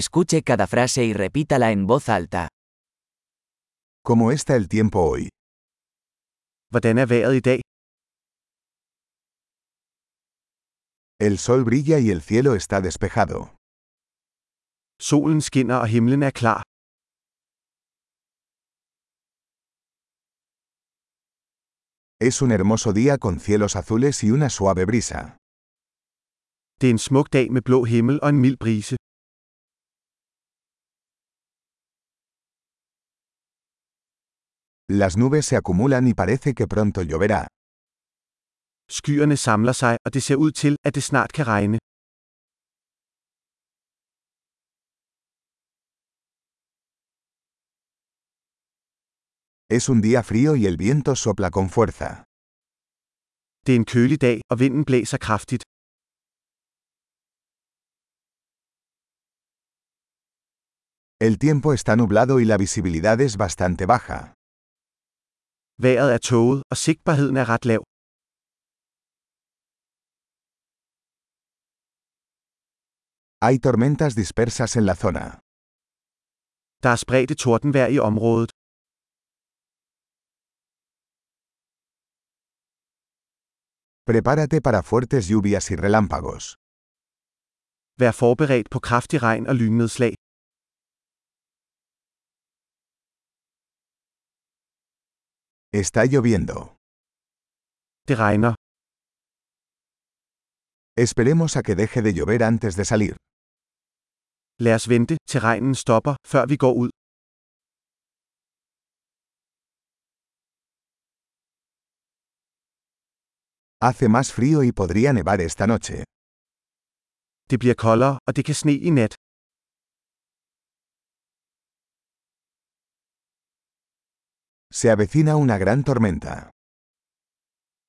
Escuche cada frase y repítala en voz alta. ¿Cómo está el tiempo hoy? Hvordan er vejret i dag? El sol brilla y el cielo está despejado. Solen skinner og himlen er klar. Es un hermoso día con cielos azules y una suave brisa. Det er en smuk dag med blå himmel og en mild brise. Las nubes se acumulan y parece que pronto lloverá. Skyerne samler sig, og det ser ud til, at det snart kan regne. Es un día frío y el viento sopla con fuerza. Det er en kølig dag, og vinden blæser kraftigt. El tiempo está nublado y la visibilidad es bastante baja. Vejret er tåget, og sigtbarheden er ret lav. Hay tormentas dispersas en la zona. Der er spredte tordenvejr i området. Prepárate para fuertes lluvias y relámpagos. Vær forberedt på kraftig regn og lynnedslag. Está lloviendo. Det regner. Esperemos a que deje de llover antes de salir. Lad os vente, til regnen stopper, før vi går ud. Hace más frío y podría nevar esta noche. Det bliver koldere, og det kan sne i nat. Se avecina una gran tormenta.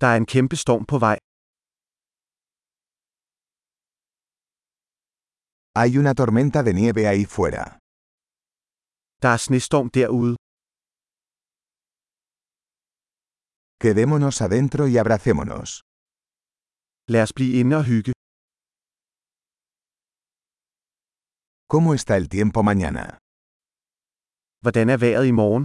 Der er en kæmpe storm på vej. Hay una tormenta de nieve ahí fuera. Der er snestorm derude. Quedémonos adentro y abracémonos. Lad os blive inde og hygge. ¿Cómo está el tiempo mañana? Hvordan er vejret i morgen?